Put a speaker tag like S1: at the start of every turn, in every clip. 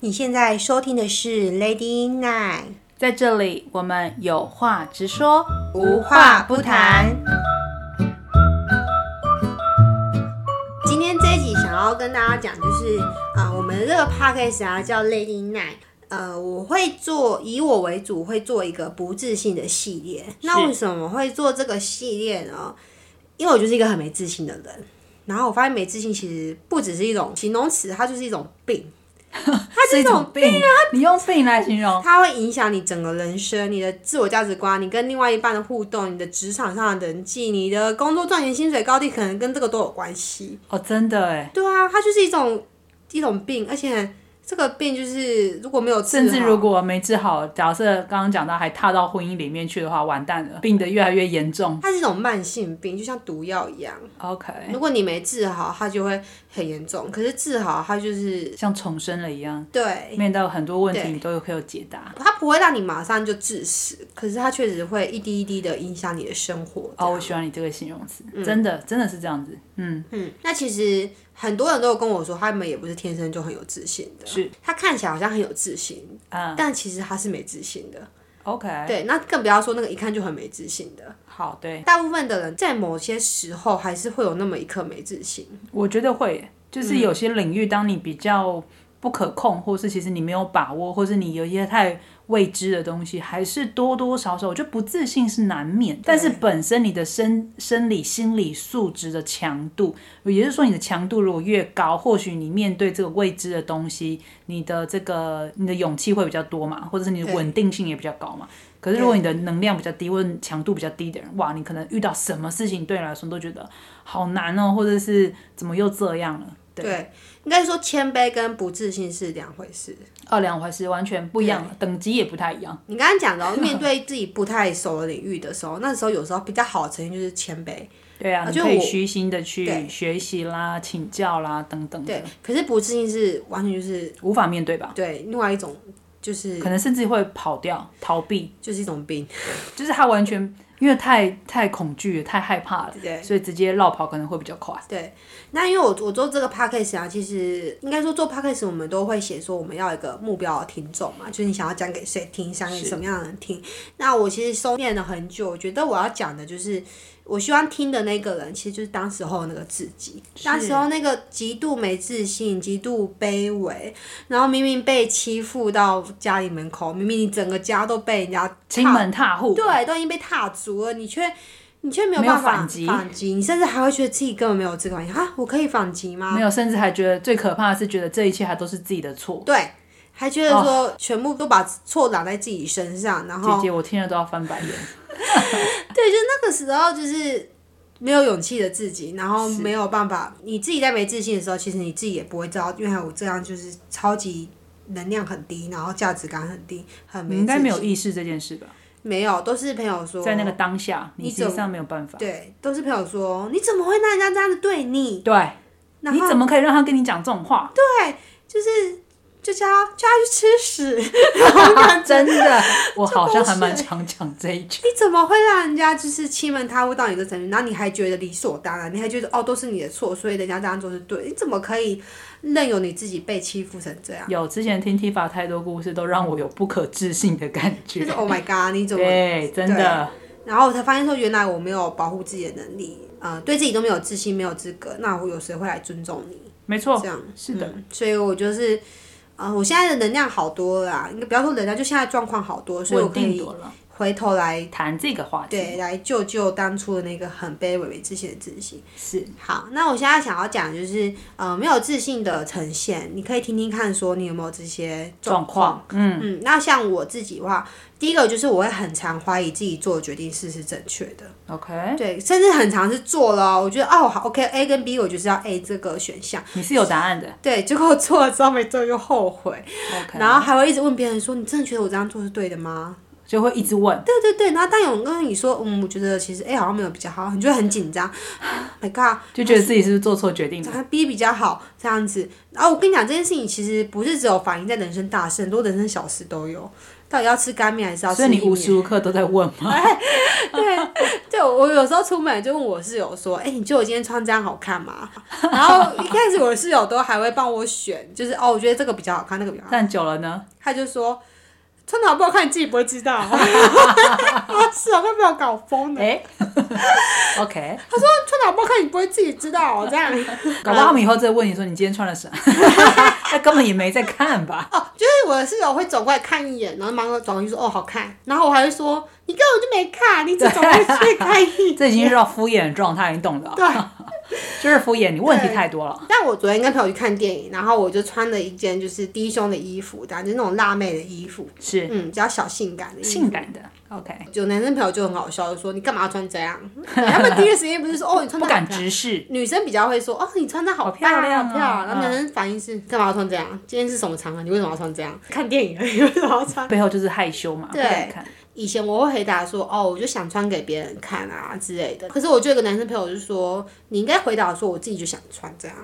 S1: 你现在收听的是 Lady Night，
S2: 在这里我们有话直说，
S1: 无话不谈。。今天这一集想要跟大家讲，就是啊、呃我们这个 podcast 啊叫 Lady Night。呃，我会做以我为主，会做一个不自信的系列。那为什么会做这个系列呢？因为我就是一个很没自信的人。然后我发现没自信其实不只是一种形容词，它就是一种 病。
S2: 它是一种病啊！你用病来形容，
S1: 它会影响你整个人生、你的自我价值观、你跟另外一半的互动、你的职场上的人际、你的工作赚钱薪水高低，可能跟这个都有关系。
S2: 哦，真的哎，
S1: 对啊，它就是一种一种病，而且这个病就是如果没有治
S2: 甚至
S1: 好
S2: 如果没治好，假设刚刚讲到还踏到婚姻里面去的话，完蛋了，病得越来越严重。
S1: 它是一种慢性病，就像毒药一样。
S2: OK，
S1: 如果你没治好，它就会很严重。可是治好，它就是
S2: 像重生了一样，
S1: 对，
S2: 面到很多问题
S1: 对
S2: 你都有可以有解答。
S1: 它不会让你马上就致死，可是它确实会一滴一滴的影响你的生活。
S2: 哦，我喜欢你这个形容词，真的真的是这样子，嗯，
S1: 嗯，那其实很多人都有跟我说，他们也不是天生就很有自信的，
S2: 是
S1: 他看起来好像很有自信，
S2: 啊
S1: 但其实他是没自信的。
S2: ，OK，
S1: 对，那更不要说那个一看就很没自信的。
S2: 好，哎对，
S1: 大部分的人在某些时候还是会有那么一刻没自信。
S2: 我觉得会，就是有些领域，当你比较不可控，或是其实你没有把握，或是你有一些太未知的东西，还是多多少少，我觉得不自信是难免。但是本身你的生生理、心理素质的强度，也就是说你的强度如果越高，或许你面对这个未知的东西，你的这个你的勇气会比较多嘛，或者是你的
S1: 对
S2: 稳定性也比较高嘛。可是如果你的能量比较低，或者强度比较低的人，哇，你可能遇到什么事情对你来说你都觉得好难哦，或者是怎么又这样了？对，
S1: 对，应该说谦卑跟不自信是两回事。
S2: 哦，两回事，完全不一样，等级也不太一样。
S1: 你刚刚讲 到面对自己不太熟的领域的时候，那时候有时候比较好的呈现就是谦卑，
S2: 对啊，
S1: 啊
S2: 你
S1: 就
S2: 可以
S1: 我
S2: 虚心的去
S1: 对
S2: 学习啦、请教啦等等
S1: 对
S2: 的，。
S1: 可是不自信是完全就是
S2: 无法面对吧？
S1: 对另外一种，就是
S2: 嗯可能甚至会跑掉、逃避，
S1: 就是一种病。
S2: 就是他完全因为太太恐惧、太害怕了，
S1: 对
S2: 所以直接绕跑可能会比较快。
S1: 对，那因为我我做这个 podcast 啊，其实应该说做 podcast 我们都会写说我们要有一个目标的听众嘛，就是你想要讲给谁听，想给什么样的人听。那我其实收敛了很久，我觉得我要讲的就是，我希望听的那个人其实就是当时候那个自己，
S2: 是
S1: 当时候那个极度没自信、极度卑微，然后明明被欺负到家里门口，明明你整个家都被人家
S2: 亲门踏户，
S1: 对，都已经被踏足了，你却你却没有
S2: 没有
S1: 办法
S2: 反击
S1: 你甚至还会觉得自己根本没有这个反应啊！我可以反击吗？
S2: 没有，甚至还觉得最可怕的是觉得这一切还都是自己的错。
S1: 对，还觉得说
S2: 哦
S1: 全部都把错揽在自己身上，然
S2: 姐
S1: 后
S2: 姐，我听了都要翻白眼。
S1: 对，就那个时候就是没有勇气的自己，然后没有办法，你自己在没自信的时候，其实你自己也不会知道，因为我这样就是超级能量很低，然后价值感很低，很没
S2: 嗯你应该
S1: 自
S2: 没有
S1: 信
S2: 意识这件事吧？
S1: 没有，都是朋友说
S2: 在那个当下，你
S1: 你
S2: 实际上没有办法。
S1: 对，都是朋友说你怎么会让人家这样子对你？
S2: 对，
S1: 然
S2: 你
S1: 后
S2: 怎么可以让他跟你讲这种 话？
S1: 就叫他叫他去吃屎，
S2: 真的，我好像还蛮常讲这一句。
S1: 你怎么会让人家就是欺门踏户到你的层面，然后你还觉得理所当然，你还觉得哦都是你的错，所以人家这样做是对，你怎么可以任由你自己被欺负成这 样？
S2: 有之前听 Tifa 太多故事，都让我有不可置信的感
S1: 就是
S2: 觉。
S1: Oh my God，你怎么？
S2: 对，真的，
S1: 然后我才发现说，原来我没有保护自己的能力，呃，对自己都没有自信，没有资格，那我有谁会来尊重你？
S2: 没错
S1: 这样，
S2: 是的
S1: 嗯所以我就是，呃，我现在的能量好多了啦，应该不要说能量，就现在状况好多，所以我
S2: 稳
S1: 可
S2: 定
S1: 以
S2: 多了。
S1: 回头来
S2: 谈这个话题，
S1: 对，来救救当初的那个很卑微、没自信的自信。
S2: 是
S1: 好，那我现在想要讲的就是，呃，没有自信的呈现，你可以听听看，说你有没有这些状
S2: 状
S1: 况。
S2: 况。嗯，
S1: 嗯，那像我自己的话，第一个就是我会很常怀疑自己做的决定是不是正确的，
S2: OK，
S1: 对，甚至很常是做了哦、我觉得哦，好，OK，A 跟 B 我就是要 A 这个选项，
S2: 你是有答案的。
S1: 对，结果我做了之后没做又后悔，
S2: 嗯 OK，
S1: 然后还会一直问别人说，你真的觉得我这样做是对的吗？
S2: 就会一直问。
S1: 对对对，然后但有人跟你说，嗯，我觉得其实哎、好像没有比较好，你就会很紧张。My God，
S2: 就觉得自己是不是做错决定了？
S1: 他 B 比较好这样子。然后我跟你讲，这件事情其实不是只有反映在人生大事，很多人生小事都有。到底要吃干面还是要吃
S2: 所以
S1: 意面？
S2: 你无时无刻都在问吗？
S1: 对，我有时候出门就问我室友说：“哎、你觉得我今天穿这样好看吗？”然后一开始我的室友都还会帮我选，就是哦，我觉得这个比较好看，那个比较好看。
S2: 但久了呢？
S1: 他就说：“穿的好不好看，你自己不会知道。” 我室友都被我搞疯了。
S2: 哎、o k
S1: 他说：“穿的好不好看，你不会自己知道、哦。”这样
S2: 搞不好他们以后再问你说你今天穿了啥， 那根本也没在看吧？
S1: 哦，就是我的室友会走过来看一眼，然后马上转过去说：“哦，好看。”然后我还会说：“你根本就没看，你只走过去看一眼。
S2: 这已经是到敷衍的状态，你懂的。
S1: 对，
S2: 就是敷衍，你问题太多了。”
S1: 但我昨天跟朋友去看电影，然后我就穿了一件就是低胸的衣服，然后就是那种辣妹的衣服，
S2: 是
S1: 嗯，比较小性感的衣服。
S2: 性感的，OK，
S1: 嗯就男生朋友就很好笑，就说你干嘛要穿这样？他们第一个时间不是说哦你穿
S2: 不
S1: 的
S2: 敢直视。
S1: 女生比较会说哦你穿的好棒
S2: 好漂亮哦
S1: 好漂亮。然后
S2: 嗯
S1: 男生反应是干嘛要穿这样？今天是什么场合？你为什么要穿这样？看电影而 已，为什么要穿？
S2: 背后就是害羞嘛，不
S1: 对
S2: 敢看。
S1: 以前我会回答说，哦，我就想穿给别人看啊之类的。可是我就有一个男生朋友就说，你应该回答说，我自己就想穿这样。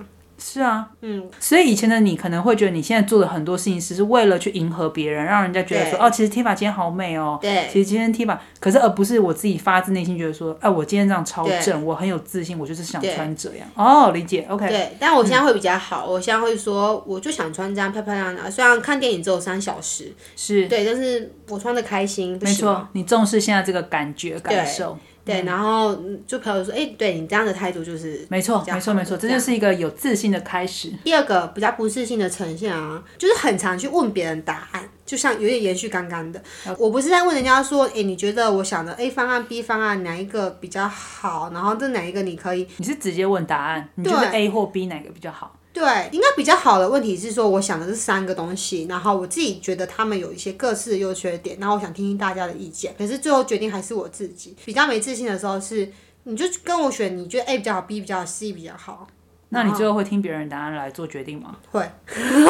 S2: 是啊，
S1: 嗯，
S2: 所以以前的你可能会觉得你现在做的很多事情，只是为了去迎合别人，让人家觉得说，哦，其实 Tifa 今天好美哦，
S1: 对
S2: 其实今天 Tifa，可是而不是我自己发自内心觉得说，哎、我今天这样超
S1: 对
S2: 正，我很有自信，我就是想
S1: 对
S2: 穿这样。哦，理解，OK，
S1: 对。但我现
S2: 嗯
S1: 在会比较好，我现在会说，我就想穿这样漂漂亮亮的。虽然看电影只有三小时，
S2: 是
S1: 对，但是我穿的开心，不
S2: 没
S1: 行吗啊
S2: 错，你重视现在这个感觉感受，
S1: 对，然后嗯就朋友说，哎、对你这样的态度就是
S2: 没错，
S1: 比较
S2: 没错，
S1: 好
S2: 没错，
S1: 的
S2: 这
S1: 样
S2: 就是一个有自信的开始。
S1: 第二个比较不自信的呈现啊，就是很常去问别人答案，就像有点延续刚刚的，我不是在问人家说，哎、你觉得我想的 A 方案、B 方案哪一个比较好？然后这哪一个你可以？
S2: 你是直接问答案，你就是 A 或 B 哪个比较好？
S1: 对，应该比较好的问题是说，我想的是三个东西，然后我自己觉得他们有一些各自的优缺点，然后我想听听大家的意见，可是最后决定还是我自己。比较没自信的时候是，你就跟我选，你觉得 A 比较好，B 比较好，C 比较好，
S2: 那你最后会听别人答案来做决定吗？
S1: 会。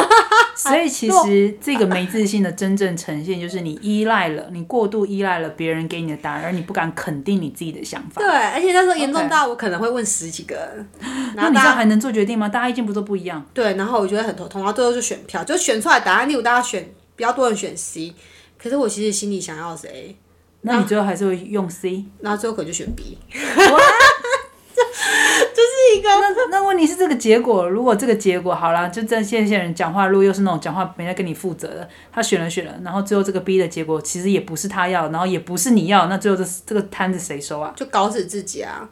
S2: 所 以其实这个没自信的真正呈现，就是你依赖了，你过度依赖了别人给你的答案，而你不敢肯定你自己的想法。
S1: 对，而且那时候严
S2: OK
S1: 重到我可能会问十几个人，然
S2: 那
S1: 后
S2: 你这
S1: 大
S2: 样
S1: 家
S2: 还能做决定吗？大家意见不都不一样？
S1: 对，然后我觉得很头痛，然后最后就选票，就选出来答案，例如大家选比较多人选 C，可是我其实心里想要的是 A，
S2: 那你最后还是会用 C？
S1: 然后最后可能就选 B。
S2: 那那问题是这个结果，如果这个结果好了，就这些些人讲话，如果又是那种讲话没在跟你负责的，他选了选了，然后最后这个 B 的结果其实也不是他要，然后也不是你要，那最后这这个摊子谁收啊？
S1: 就搞死自己啊！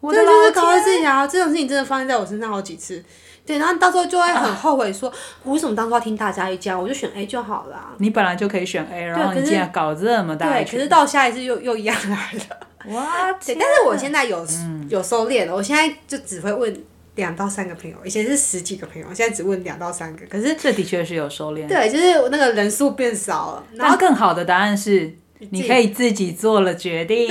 S2: 我的
S1: 这就是
S2: 老
S1: 搞
S2: 天
S1: 死自己啊！这种事情真的发生在我身上好几次，对，然后到时候就会很后悔说，我为什么当初要听大家意见，我就选 A 就好了啊、
S2: 你本来就可以选 A，然后
S1: 可
S2: 你
S1: 是
S2: 竟然搞这么大
S1: 对，
S2: 一
S1: 可
S2: 圈，
S1: 是到下一次又又一样来了。嗯
S2: 哇！
S1: 对， 但是我现在有、有收敛了，我现在就只会问两到三个朋友，以前是十几个朋友，现在只问两到三个。可是
S2: 这的确是有收敛。
S1: 对，就是那个人数变少了，然后
S2: 但更好的答案是，
S1: 自己
S2: 你可以自己做了决定。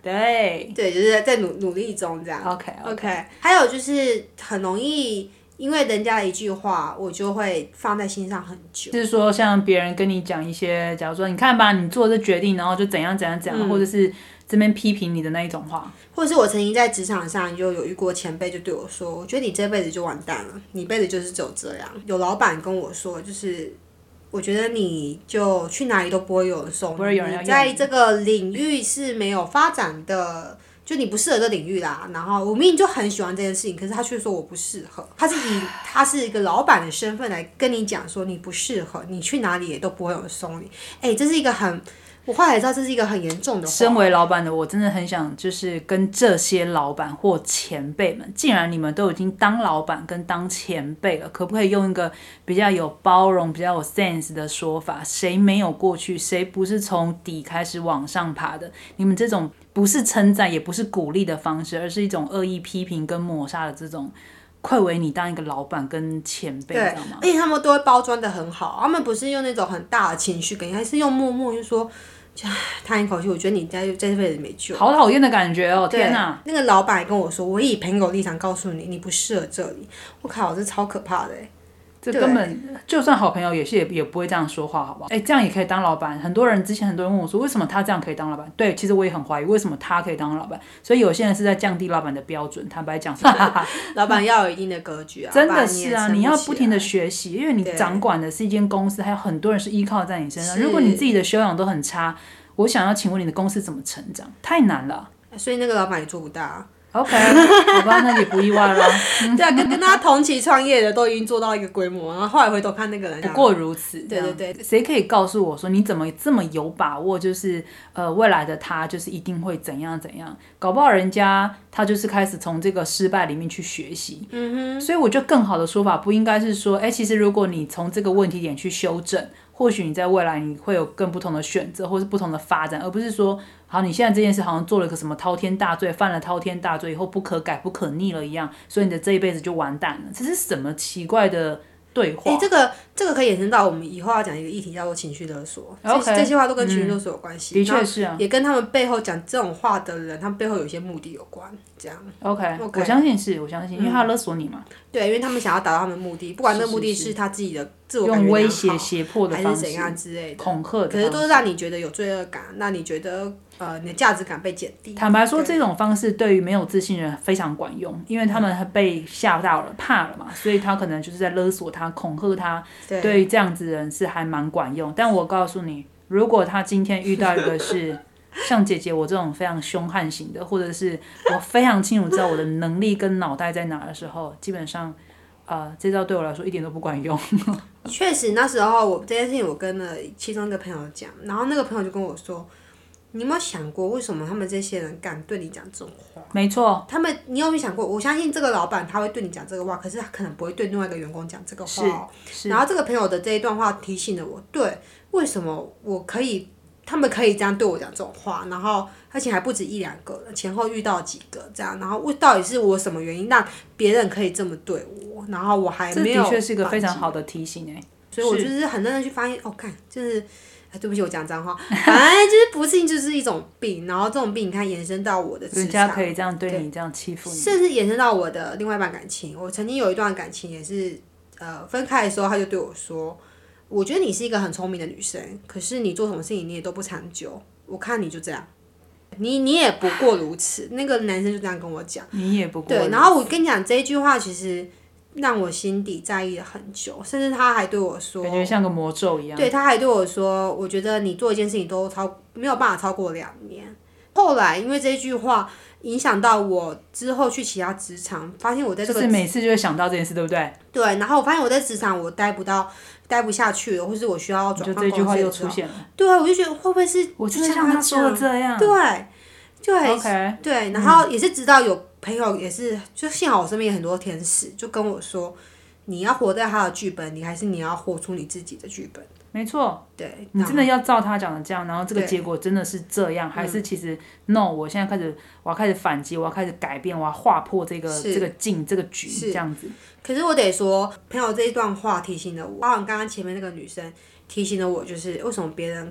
S1: 对
S2: 对
S1: 对，就是在努努力中这样。
S2: ，OK
S1: OK，还有就是很容易因为人家的一句话，我就会放在心上很久。
S2: 就是说，像别人跟你讲一些，假如说你看吧，你做这决定，然后就怎样怎样怎样，或者是这边批评你的那一种话，
S1: 或者是我曾经在职场上就有遇过前辈就对我说：“我觉得你这辈子就完蛋了，你辈子就是只有这样。”有老板跟我说，就是我觉得你就去哪里都不会有人送你，
S2: 不会有人要
S1: 你
S2: 用
S1: 在这个领域是没有发展的。就你不适合这领域啦，然后我明明就很喜欢这件事情，可是他却说我不适合。他是以他是一个老板的身份来跟你讲说你不适合，你去哪里也都不会有人送你。哎、这是一个很，我后来才知道这是一个很严重的话。
S2: 身为老板的我，真的很想就是跟这些老板或前辈们，既然你们都已经当老板跟当前辈了，可不可以用一个比较有包容、比较有 sense 的说法？谁没有过去？谁不是从底开始往上爬的？你们这种不是称赞，也不是鼓励的方式，而是一种恶意批评跟抹杀的这种。愧为你当一个老板跟前辈，
S1: 对
S2: 知道吗，
S1: 而？且他们都会包装的很好，他们不是用那种很大的情绪给你，还是用默默就说，就唉叹一口气，我觉得你在在这辈子没救。
S2: 好讨厌的感觉哦！
S1: 对
S2: 天哪，，
S1: 那个 老板也跟我说，我以朋友立场告诉你，你不适合这里。我靠，这超可怕的欸
S2: 这根本就算好朋友也是也也不会这样说话，好
S1: 嗯
S2: 不好？哎，这样也可以当老板。很多人之前很多人问我说，为什么他这样可以当老板？对，其实我也很怀疑为什么他可以当老板。所以有些人是在降低老板的标准。坦 白讲，哈哈哈
S1: 老板要有一定的格局啊，
S2: 真
S1: 不
S2: 的
S1: 然
S2: 是
S1: 也
S2: 啊，
S1: 啊撑
S2: 你要
S1: 不
S2: 不
S1: 起
S2: 停的
S1: 来
S2: 学习，因为你
S1: 对
S2: 掌管的是一间公司，还有很多人是依靠在你身上。
S1: 是
S2: 如果你自己的修养都很差，我想要请问你的公司怎么成长？太难了。
S1: 啊所以那个老板也做不到啊。
S2: OK，好 吧，那也不意外啦。
S1: 对啊，跟跟他同期创业的都已经做到一个规模，然后后来回头看那个人，
S2: 不过如此。
S1: 对对对，
S2: 谁可以告诉我说你怎么这么有把握？就是呃，未来的他就是一定会怎样怎样？搞不好人家他就是开始从这个失败里面去学习。嗯哼。所以我觉得更好的说法不应该是说，哎、其实如果你从这个问题点去修正，或许你在未来你会有更不同的选择，或是不同的发展，而不是说，好，你现在这件事好像做了个什么滔天大罪，犯了滔天大罪，以后不可改不可逆了一样，所以你的这一辈子就完蛋了。这是什么奇怪的对话？
S1: 哎、这个这个可以衍生到我们以后要讲一个议题，叫做情绪勒索。这
S2: OK，嗯
S1: 这些话都跟情绪勒索有关系，
S2: 的确是啊。
S1: 也跟他们背后讲这种话的人，他们背后有一些目的有关。这样
S2: OK，,
S1: OK 嗯
S2: 我相信是我相信，因为他勒索你嘛，
S1: 对，因为他们想要达到他们的目的，不管那个目的
S2: 是
S1: 是他自己的自我感觉
S2: 用
S1: 良
S2: 威
S1: 好
S2: 胁、胁迫的
S1: 还
S2: 方
S1: 是
S2: 式
S1: 怎，样之类的，
S2: 恐吓
S1: 可
S2: 的
S1: 是
S2: 方
S1: 都是让你觉得有罪恶感，让你觉得呃你的价值感被减低。
S2: 式。坦白说，
S1: 对
S2: 这种方式对于没有自信的人非常管用，因为他们被吓到了、怕了嘛，所以他可能就是在勒索他、恐吓他。
S1: 对
S2: 对于这样子的人是还蛮管用。但我告诉你，如果他今天遇到一 个是像姐姐我这种非常凶悍型的，或者是我非常清楚知道我的能力跟脑袋在哪的时候，基本上，呃，这招对我来说一点都不管用。
S1: 确实，那时候我这件事情我跟了其中一个朋友讲，然后那个朋友就跟我说：“你有没有想过为什么他们这些人敢对你讲这种话？
S2: 没错，
S1: 他们，你有没有想过？我相信这个老板他会对你讲这个话，可是他可能不会对另外一个员工讲这个话哦。
S2: 是
S1: 然后这个朋友的这一段话提醒了我，对，为什么我可以，他们可以这样对我讲这种话，然后而且还不止一两个，前后遇到几个这样，然后为到底是我什么原因让别人可以这么对我，然后我还
S2: 这
S1: 没有
S2: 的确是一个
S1: 反
S2: 非
S1: 击
S2: 常好的提醒哎、
S1: 所以我就是很认真去发现，哦，看，就是，哎，对不起，我讲脏话，反正就是不幸就是一种病，然后这种病你看延伸到我的职
S2: 人家
S1: 场，
S2: 可以这样对你，这样欺负你，
S1: 甚至延伸到我的另外一半感情。我曾经有一段感情也是，呃，分开的时候他就对我说，我觉得你是一个很聪明的女生，可是你做什么事情你也都不长久，我看你就这样，你你也不过如此。那个男生就这样跟我讲。
S2: 你也不过
S1: 对，
S2: 人。
S1: 然后我跟你讲这一句话，其实让我心底在意了很久，甚至他还对我说，
S2: 感觉像个魔咒一样。
S1: 对，他还对我说：“我觉得你做一件事情都超没有办法超过两年。”后来因为这句话影响到我之后去其他职场，发现我在这
S2: 就
S1: 个
S2: 是每次就会想到这件事，对不对？
S1: 对，然后我发现我在职场我待不到、待不下去了，或是我需要
S2: 就
S1: 转换
S2: 这句
S1: 公
S2: 话
S1: 司
S2: 又
S1: 的时
S2: 出
S1: 候
S2: 现了。
S1: 对，啊我就觉得会不会是
S2: 我真
S1: 就
S2: 的像
S1: 他
S2: 他说的这样。
S1: 对，对
S2: OK，嗯
S1: 对，然后也是直到有朋友也是，就幸好我身边有很多天使，就跟我说：“你要活在他的剧本里，还是你要活出你自己的剧本
S2: 没错，？”
S1: 对，
S2: 你真的要照他讲的这样，然后这个
S1: 对嗯
S2: 结果真的是这样，还是其实 no？我现在开始，我要开始反击，我要开始改变，我要划破这个
S1: 是
S2: 这个境这个局，
S1: 是
S2: 这样子。
S1: 可是我得说，朋友这一段话提醒了我，包含刚刚前面那个女生提醒了我，就是为什么别人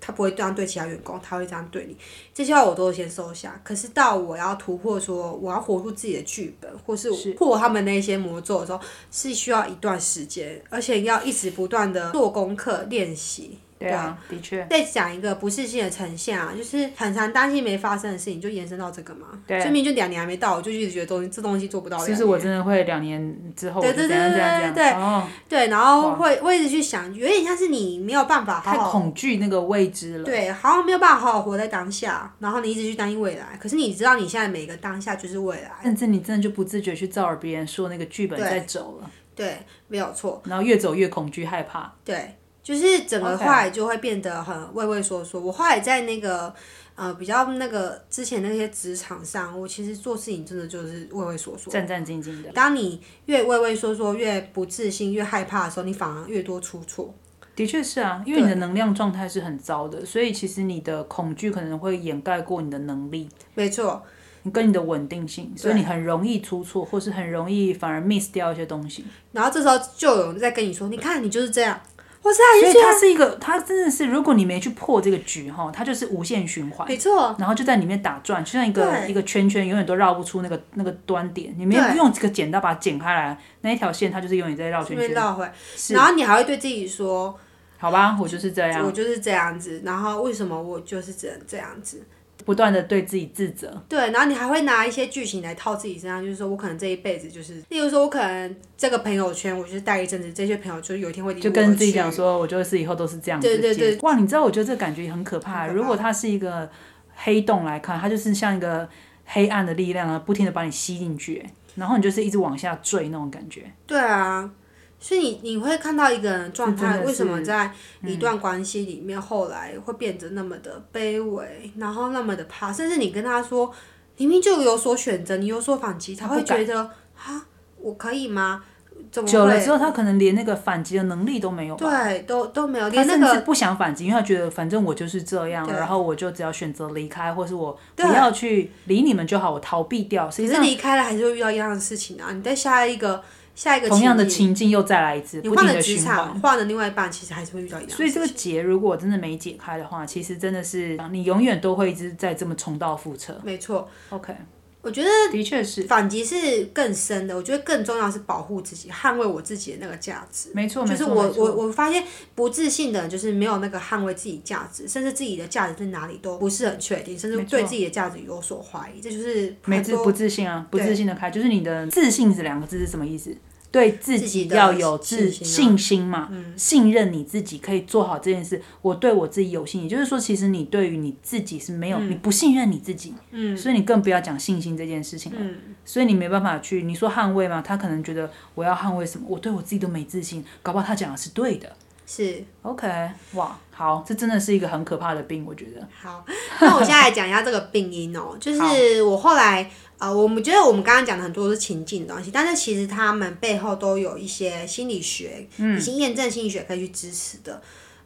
S1: 他不会这样对其他员工，他会这样对你，这些话我都先收下。可是到我要突破说我要活出自己的剧本，或是
S2: 是
S1: 破他们那些魔咒的时候，是需要一段时间，而且要一直不断的做功课练习。
S2: 对啊，的确，
S1: 再讲一个不自信的呈现啊，就是很常担心没发生的事情，就延伸到这个嘛。
S2: 对
S1: 明明就两年还没到，我就一直觉得东西这东西做不到两
S2: 就
S1: 年。
S2: 是我真的会两年之后，
S1: 对
S2: 我就
S1: 对
S2: 怎样
S1: 对
S2: 怎样
S1: 对
S2: 怎样。哦，
S1: 对，然后会会一直去想，有点像是你没有办法好
S2: 太
S1: 好
S2: 恐惧那个未知了。
S1: 哦对，好像没有办法好好活在当下，然后你一直去担心未来，可是你知道你现在每个当下就是未来，
S2: 甚至你真的就不自觉去照着别人说那个剧本
S1: 对
S2: 在走了，
S1: 对，没有错，
S2: 然后越走越恐惧害怕。
S1: 对，就是整个
S2: OK
S1: 后来就会变得很畏畏缩缩。我后来在那个呃比较那个之前那些职场上，我其实做事情真的就是畏畏缩缩。
S2: 战战兢兢的，
S1: 当你越畏畏缩缩、越不自信、越害怕的时候，你反而越多出错。
S2: 的确是啊，因为你的能量状态是很糟的，所以其实你的恐惧可能会掩盖过你的能力，
S1: 没错，
S2: 你跟你的稳定性，
S1: 对
S2: 所以你很容易出错，或是很容易反而 miss 掉一些东西。
S1: 啊然后这时候就有人在跟你说：“你看，你就是这样。”我是还
S2: 所
S1: 是
S2: 以
S1: 觉
S2: 它
S1: 得
S2: 是一个，它真的是，如果你没去破这个局哈，它就是无限循环，
S1: 没错，
S2: 然后就在里面打转，就像一个
S1: 对
S2: 一个圈圈，永远都绕不出那个那个端点。你没有
S1: 对
S2: 用这个剪刀把它剪开来，那一条线它就是永远在绕
S1: 这
S2: 圈
S1: 边
S2: 圈。
S1: 绕回，
S2: 是，啊
S1: 然后你还会对自己说，
S2: 好吧，我就是这样，
S1: 我就是这样子，然后为什么我就是只能这样子？
S2: 不断的对自己自责。
S1: 对，然后你还会拿一些剧情来套自己身上，就是说我可能这一辈子就是，例如说我可能这个朋友圈，我就是带一阵子，这些朋友就有一天会离
S2: 就
S1: 我
S2: 跟自己
S1: 去
S2: 讲说，我就是以后都是这样子
S1: 对对
S2: 接
S1: 对
S2: 哇，你知道，我觉得这感觉很可怕。
S1: 很可怕
S2: 如果它是一个黑洞来看，它就是像一个黑暗的力量啊，不停的把你吸进去，然后你就是一直往下坠那种感觉。
S1: 对啊，所以你你会看到一个人的状
S2: 这真
S1: 态
S2: 的
S1: 为什么
S2: 是嗯
S1: 在一段关系里面后来会变得那么的卑微，然后那么的怕，甚至你跟他说明明就有所选择，你有所反击，他
S2: 他
S1: 会
S2: 不敢
S1: 觉得啊，我可以吗？怎么
S2: 久了之
S1: 会？
S2: 后，他可能连那个反击的能力都没有吧。
S1: 对，都都没有，
S2: 他
S1: 连那
S2: 甚
S1: 个
S2: 至不想反击，因为他觉得反正我就是这样，
S1: 对
S2: 然后我就只要选择离开，或是我不
S1: 对
S2: 要去理你们就好，我逃避掉。
S1: 可
S2: 实际
S1: 是
S2: 上，
S1: 离开了还是会遇到一样的事情啊！你在下一个下一个
S2: 同样的
S1: 情
S2: 情境又再来一次，
S1: 侣，你
S2: 不
S1: 换了
S2: 停的
S1: 职
S2: 循环。
S1: 场，换了另外一半，其实还是会遇到一样的事情。
S2: 所以这个结如果真的没解开的话，其实真的是你永远都会一直在这么重蹈覆辙。
S1: 没错，
S2: OK，
S1: 我觉得
S2: 的确是，
S1: 反击是更深的，我觉得更重要的是保护自己，捍卫我自己的那个价值。
S2: 没错，
S1: 就
S2: 没
S1: 是
S2: 错，
S1: 我
S2: 没错
S1: 我我发现不自信的人，就是没有那个捍卫自己价值，甚至自己的价值在哪里都不是很确定，甚至
S2: 没错
S1: 对自己的价值有所怀疑。这就是
S2: 没
S1: 很
S2: 自
S1: 多
S2: 不自信啊，不
S1: 对
S2: 自信的开，就是你的自信这两个字是什么意思？对自
S1: 自己
S2: 己
S1: 的
S2: 要有自
S1: 信心啊
S2: 信心嘛，信任你自己可以做好这件事。我对我自己有信心，也就是说，其实你对于你自己是没有，
S1: 嗯
S2: 你不信任你自己，嗯，所以你更不要讲信心这件事情了。
S1: 嗯
S2: 所以你没办法去，你说捍卫嘛，他可能觉得我要捍卫什么，我对我自己都没自信，搞不好他讲的是对的。
S1: 是
S2: OK，哇，好，这真的是一个很可怕的病，我觉得。
S1: 好，那我现在来讲一下这个病因哦、就是我后来呃，我们觉得我们刚刚讲的很多都是情境的东西，但是其实他们背后都有一些心理学，已经验证心理学可以去支持的。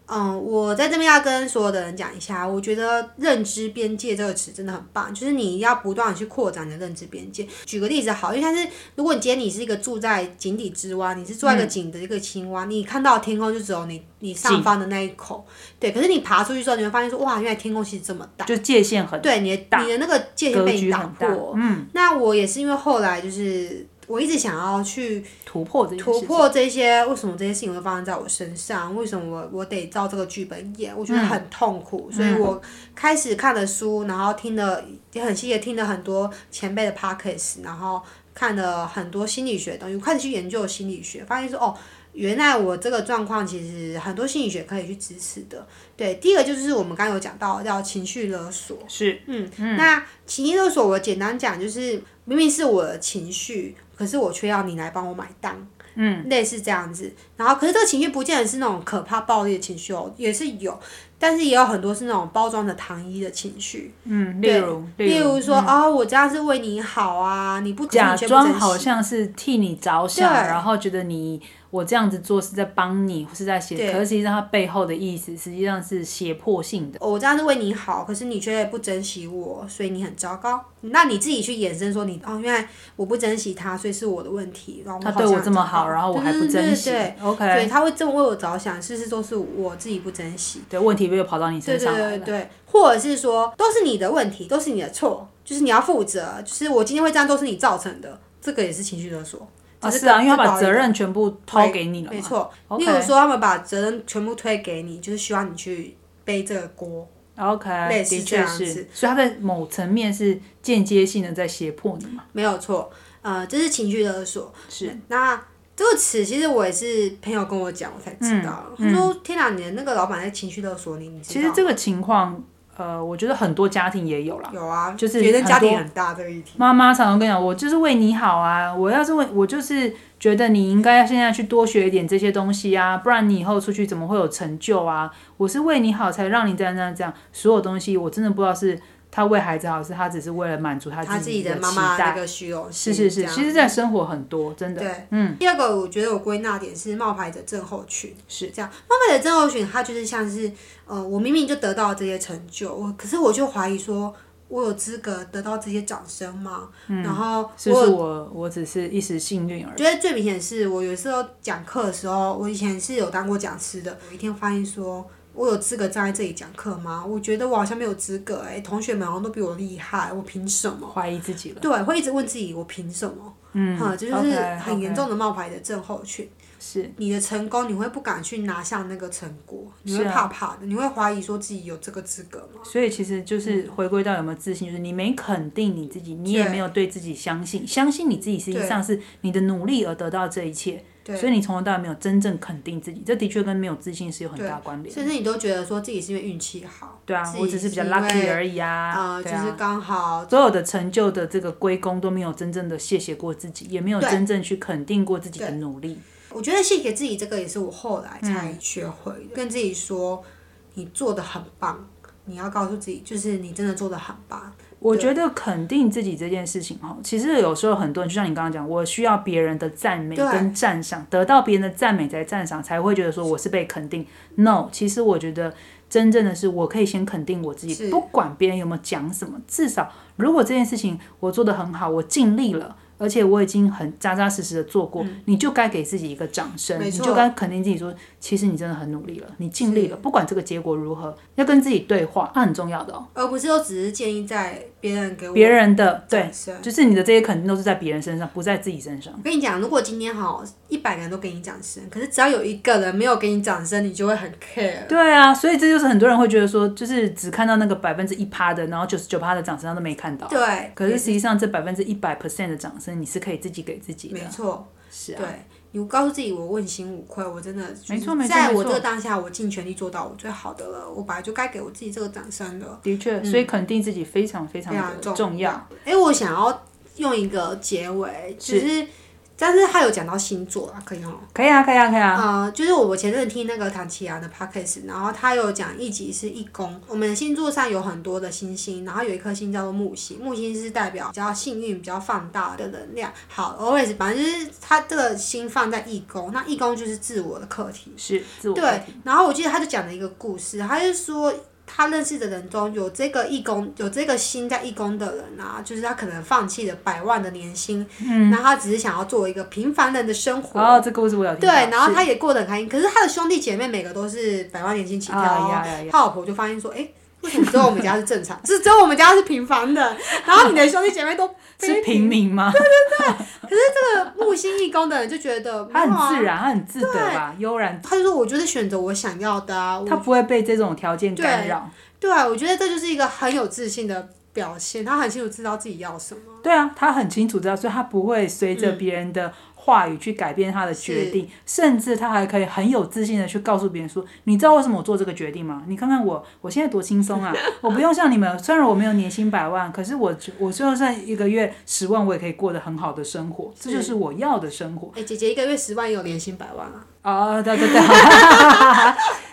S1: 嗯，我在这边要跟所有的人讲一下，我觉得“认知边界”这个词真的很棒，就是你要不断的去扩展你的认知边界。举个例子好，因为像是如果你今天你是一个住在井底之蛙，你是住在一个井的一个青蛙，你看到的天空就只有你你上方的那一口，对。可是你爬出去之后，你会发现说，哇，原来天空其实这么大，
S2: 就界限很
S1: 对，你的你的那个界限
S2: 格
S1: 被
S2: 局
S1: 你打
S2: 很大
S1: 破。，
S2: 嗯，
S1: 那我也是因为后来就是我一直想要去
S2: 突破这件事
S1: 突
S2: 情。
S1: 破这些，为什么这些事情会发生在我身上？为什么我我得照这个剧本演？我觉得
S2: 嗯
S1: 很痛苦，所以我开始看了书，然后听了也很细节，听了很多前辈的 podcast，然后看了很多心理学的东西，我开始去研究心理学，发现说哦。原来我这个状况其实很多心理学可以去支持的。对，第一个就是我们刚刚有讲到叫情绪勒索，
S2: 是
S1: 嗯，那情绪勒索，我简单讲就是，明明是我的情绪，可是我却要你来帮我买单，嗯，类似这样子。然后，可是这个情绪不见得是那种可怕暴力的情绪哦，也是有，但是也有很多是那种包装的糖衣的情绪，
S2: 嗯，例
S1: 对
S2: 如
S1: 例
S2: 如
S1: 如说，哦，我这样是为你好啊，你不
S2: 假
S1: 你却不珍
S2: 装
S1: 惜
S2: 好像是替你着想，
S1: 对
S2: 然后觉得你我这样子做是在帮你，是在写，
S1: 对
S2: 可是实际上它背后的意思实际上是胁迫性的。
S1: 哦我这样是为你好，可是你却不珍惜我，所以你很糟糕。那你自己去衍生说你哦，原来我不珍惜他，所以是哦我的问题。然后
S2: 他
S1: 好
S2: 对
S1: 像
S2: 我这么
S1: 很糟
S2: 好，
S1: 糕
S2: 然后我还不
S1: 对对
S2: 珍惜
S1: 对对。
S2: ，OK，
S1: 对，他会这么为我着想，事事都是我自己不珍惜。
S2: 对，问题又跑到你
S1: 对
S2: 身
S1: 对
S2: 上
S1: 对
S2: 来了。
S1: 对，或者是说都是你的问题，都是你的错，就是你要负责，就是我今天会这样都是你造成的，这个也是情绪勒索。
S2: 啊，
S1: 只
S2: 是啊，因为他
S1: 更
S2: 把
S1: 高一
S2: 责
S1: 点
S2: 任全部抛给你了
S1: 没
S2: 嘛。
S1: 错。例
S2: OK
S1: 如说，他们把责任全部推给你，就是希望你去背这个锅。类
S2: OK，
S1: 似
S2: 的
S1: 这
S2: 确
S1: 样
S2: 是
S1: 子，
S2: 所以他在某层面是间接性的在胁迫你嘛。
S1: 没有错，呃，这是情绪勒索。
S2: 是，
S1: 那这个词其实我也是朋友跟我讲，我才知道。他说：“天哪，你的那个老板在情绪勒索你，你知
S2: 嗯其
S1: 道
S2: 实
S1: 吗
S2: 这个情况，呃，我觉得很多家庭也有啦。
S1: 有啊，
S2: 就是
S1: 觉得
S2: 很
S1: 家庭
S2: 多
S1: 很大这个议题。
S2: 妈妈常常跟你讲，我就是为你好啊，我要是为我就是觉得你应该要现在去多学一点这些东西啊，不然你以后出去怎么会有成就啊？我是为你好才让你这样这样这样，所有东西我真的不知道是他为孩子好，是他只是为了满足他
S1: 他自己
S2: 的
S1: 的
S2: 期
S1: 妈妈那
S2: 待。
S1: 个虚荣
S2: 是
S1: 心，
S2: 是是，
S1: 这样
S2: 其实，在生活很多，真的
S1: 对，嗯。第二个，我觉得我归纳点是冒牌者症候群，
S2: 是
S1: 这样。冒牌者症候群，它就是像是，呃，我明明就得到这些成就，我可是我就怀疑说，我有资格得到这些掌声吗？然后
S2: 嗯是不
S1: 我
S2: 是我我只是一时幸运而已？
S1: 觉得最明显的是，我有时候讲课的时候，我以前是有当过讲师的。有一天发现说，我有资格站在这里讲课吗？我觉得我好像没有资格哎、同学们好像都比我厉害，我凭什么？
S2: 怀疑自己了，
S1: 对，会一直问自己，我凭什么？
S2: 嗯，
S1: 哈、这就是
S2: OK，
S1: 很严
S2: OK，
S1: 重的冒牌的症候群。
S2: 是
S1: 你的成功，你会不敢去拿下那个成果，你会
S2: 是啊
S1: 怕怕的，你会怀疑说自己有这个资格吗？
S2: 所以其实就是回归到有没有自信，就是你没肯定你自己，你也
S1: 嗯对
S2: 没有对自己相信，相信你自己实际上是你的努力而得到这一切，
S1: 对
S2: 所以你从头到尾没有真正肯定自己，这的确跟没有自信是有很大关联。
S1: 甚至你都觉得说自己是因为运气好，
S2: 对啊
S1: 自，己
S2: 我只是比较
S1: 因为
S2: lucky 而已啊，
S1: 啊、
S2: 对
S1: 就
S2: 啊。
S1: 是刚好
S2: 所有的成就的这个归功都没有真正的谢谢过自己，也没有
S1: 对
S2: 真正去肯定过自己的努力。
S1: 我觉得谢给自己这个也是我后来才学会的，
S2: 嗯
S1: 跟自己说你做的很棒，你要告诉自己，就是你真的做的很棒。
S2: 我觉得肯定自己这件事情哈，其实有时候很多人就像你刚刚讲，我需要别人的赞美
S1: 对
S2: 跟赞赏，得到别人的赞美再赞赏，才会觉得说我是被肯定。No，其实我觉得真正的是我可以先肯定我自己，
S1: 是
S2: 不管别人有没有讲什么，至少如果这件事情我做得很好，我尽力了。而且我已经很扎扎实实的做过，你就该给自己一个掌
S1: 嗯
S2: 声，
S1: 没
S2: 你
S1: 错
S2: 就该肯定自己说，其实你真的很努力了，你尽力了，不管这个结果如何，要跟自己对话，那很重要的哦。
S1: 而不是都只是建议在别人给我
S2: 别人的对
S1: 掌声。
S2: 就是你的这些肯定都是在别人身上，不在自己身上。
S1: 我跟你讲，如果今天好一百个人都给你掌声，可是只要有一个人没有给你掌声，你就会很 care。
S2: 对啊，所以这就是很多人会觉得说，就是只看到那个百分之一趴的，然后九十九趴的掌声他都没看到。
S1: 对，
S2: 哦可是实际上这百分之一百 percent 的掌声，你是可以自己给自己的
S1: 没。错，
S2: 是啊，
S1: 对。你告诉自己，我问心无愧，我真的就是
S2: 没错没错
S1: 在
S2: 没
S1: 我
S2: 错
S1: 这个当下，我尽全力做到我最好的了，我本来就该给我自己这个掌声的。
S2: 的确，所以肯定自己非常非常
S1: 嗯非常
S2: 的
S1: 重
S2: 重要。。
S1: 哎、我想要用一个结尾，就是，但是他有讲到星座啊，可以哦。
S2: 可以啊，可以啊，可以啊。
S1: 啊、就是我我前阵子听那个唐奇阳的 podcast，然后他有讲一集是一宫，我们星座上有很多的星星，然后有一颗星叫做木星，木星是代表比较幸运、比较放大的能量。好，always，反正就是他这个星放在一宫，那一宫就是自我的课题。
S2: 是自我
S1: 对，然后我记得他就讲了一个故事，他就说他认识的人中有这个义工，有这个心在义工的人啊，就是他可能放弃了百万的年薪，嗯，然后他只是想要做一个平凡人的生活。
S2: 哦，这个故事我有听
S1: 对，
S2: 到。
S1: 然后
S2: 是
S1: 他也过得很开心，可是他的兄弟姐妹每个都是百万年薪起跳、哦
S2: 啊呀呀呀
S1: 他老婆就发现说，哎、为什么只有我们家是正常， 只只有我们家是平凡的， 然后你的兄弟姐妹都
S2: 是平民吗？
S1: 这个木星义工的人就觉得
S2: 他
S1: 没有啊
S2: 很自然，他很自得吧，悠然，
S1: 他就说我就是选择我想要的啊，我
S2: 他不会被这种条件干
S1: 对
S2: 扰。
S1: 对啊，我觉得这就是一个很有自信的表现，他很清楚知道自己要什么。
S2: 对啊，他很清楚知道，所以他不会随着别人的话语去改变他的决定，甚至他还可以很有自信的去告诉别人说：“你知道为什么我做这个决定吗？你看看我，我现在多轻松啊！我不用像你们，虽然我没有年薪百万，可是我我就算一个月十万，我也可以过得很好的生活，这就是我要的生活
S1: 哎、姐姐一个月十万也有年薪百万啊，
S2: 啊！”对对对。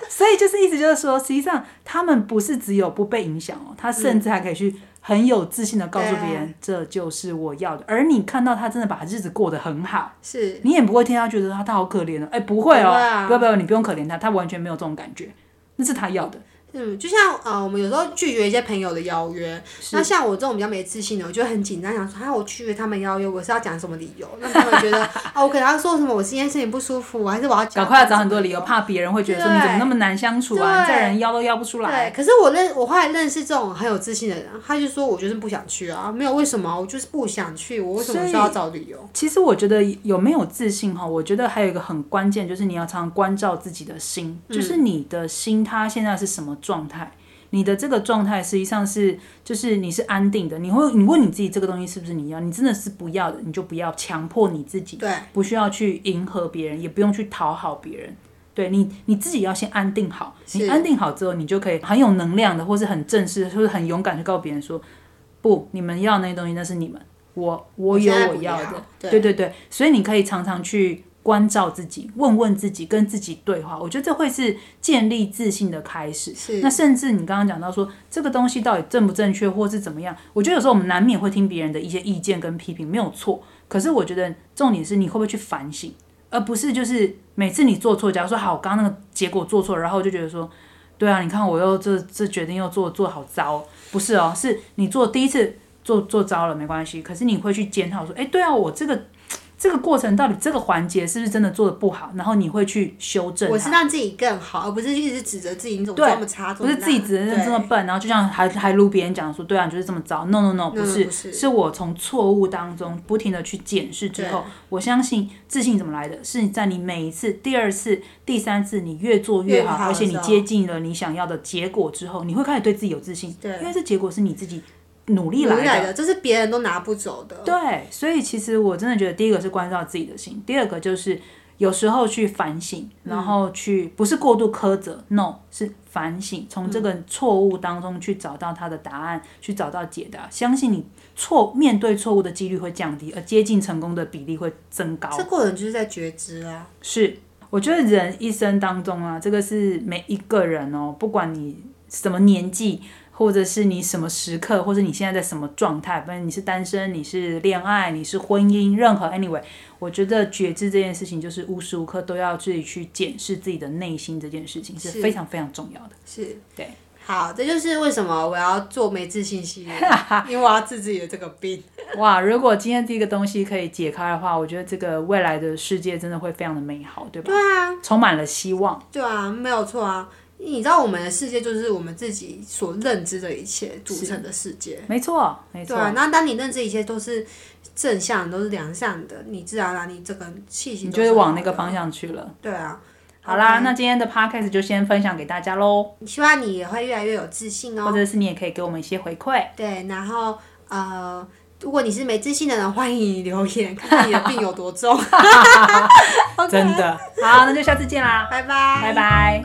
S2: 所以就是意思就是说，实际上他们不是只有不被影响哦，他甚至还可以去很有自信的告诉别人，这就是我要的。而你看到他真的把日子过得很好，
S1: 是
S2: 你也不会听他觉得他他好可怜哦，哎，不会哦，
S1: 不会啊
S2: 不要不要，你不用可怜他，他完全没有这种感觉，那是他要的。
S1: 嗯，就像呃，我们有时候拒绝一些朋友的邀约，
S2: 是
S1: 那像我这种比较没自信的，我就会很紧张，想说啊，我拒绝他们邀约，我是要讲什么理由，让他们觉得啊，我可能要说什么，我今天身体不舒服，还是我要讲
S2: 赶快要
S1: 什
S2: 找
S1: 么
S2: 很多理由，怕别人会觉得说你怎么那么难相处啊，
S1: 对
S2: 你这人邀都邀不出来。啊
S1: 对，可是我认我后来认识这种很有自信的人，他就说我就是不想去啊，没有为什么，我就是不想去，我为什么
S2: 所以
S1: 需要找理由？
S2: 其实我觉得有没有自信哈，我觉得还有一个很关键，就是你要常常关照自己的心，
S1: 嗯
S2: 就是你的心它现在是什么状态。你的这个状态实际上是，就是你是安定的，你会你问你自己这个东西是不是你要，你真的是不要的，你就不要强迫你自己，
S1: 对，
S2: 不需要去迎合别人，也不用去讨好别人，对你你自己要先安定好，你
S1: 是
S2: 安定好之后，你就可以很有能量的，或是很正式，或是很勇敢去告诉别人说，不，你们要那些东西那是你们，我我有
S1: 现在
S2: 我
S1: 不
S2: 要的，
S1: 对
S2: 对对对，所以你可以常常去关照自己，问问自己，跟自己对话。我觉得这会是建立自信的开始。
S1: 是
S2: 那甚至你刚刚讲到说这个东西到底正不正确，或是怎么样，我觉得有时候我们难免会听别人的一些意见跟批评，没有错。可是我觉得重点是你会不会去反省，而不是就是每次你做错，假如说好，我刚刚那个结果做错，然后就觉得说。对啊，你看我又这这决定又做做好糟，不是哦，是你做第一次做做糟了没关系，可是你会去检讨说，哎，对啊，我这个这个过程到底这个环节是不是真的做的不好，然后你会去修正它。
S1: 我是让自己更好，而不是一直指责自己你怎么
S2: 对
S1: 这么差，
S2: 不是自己只
S1: 责
S2: 认这么笨，然后就像还还撸别人讲说，对啊，你就是这么糟。No No No，
S1: No，
S2: 不是，
S1: 嗯不是
S2: 是我从错误当中不停的去检视之后，我相信自信怎么来的，是在你每一次、第二次、第三次你越做
S1: 越
S2: 越好，
S1: 好的
S2: 而且你
S1: 时候
S2: 接近了你想要的结果之后，你会开始对自己有自信，
S1: 对
S2: 因为这结果是你自己努力
S1: 努
S2: 来
S1: 力来
S2: 的。
S1: 的，这是别人都拿不走的。
S2: 对，所以其实我真的觉得，第一个是关照自己的心，第二个就是有时候去反省，然后去不是过度苛责，no，是反省，从这个错误当中去找到它的答案，去找到解答。相信你错面对错误的几率会降低，而接近成功的比例会增高。
S1: 这过程就是在觉知啊，
S2: 是，我觉得人一生当中啊，这个是每一个人哦，不管你什么年纪，或者是你什么时刻，或者你现在在什么状态，不然你是单身，你是恋爱，你是婚姻，任何 anyway，我觉得觉知这件事情，就是无时无刻都要自己去检视自己的内心，这件事情是
S1: 是
S2: 非常非常重要的。
S1: 是
S2: 对。
S1: 好，这就是为什么我要做没自信 系列，因为我要治自己的这个病。
S2: 哇，如果今天这个东西可以解开的话，我觉得这个未来的世界真的会非常的美好，对吧？
S1: 对啊，
S2: 充满了希望。
S1: 对啊，没有错啊。你知道我们的世界就是我们自己所认知的一切组成的世界，
S2: 没错，没
S1: 对
S2: 错。
S1: 啊。那当你认知一切都是正向、都是良向的，你自然而然你这个气息
S2: 你
S1: 都
S2: 就是往那个
S1: 好的
S2: 方向去了。
S1: 对啊。
S2: 好啦，那今天的 podcast 就先分享给大家喽，
S1: 希望你也会越来越有自信
S2: 或
S1: 哦。
S2: 者是你也可以给我们一些回馈。
S1: 对，然后呃，如果你是没自信的人，欢迎你留言，看看你的病有多重。OK，
S2: 真的，好，那就下次见啦，
S1: 拜拜，
S2: 拜拜。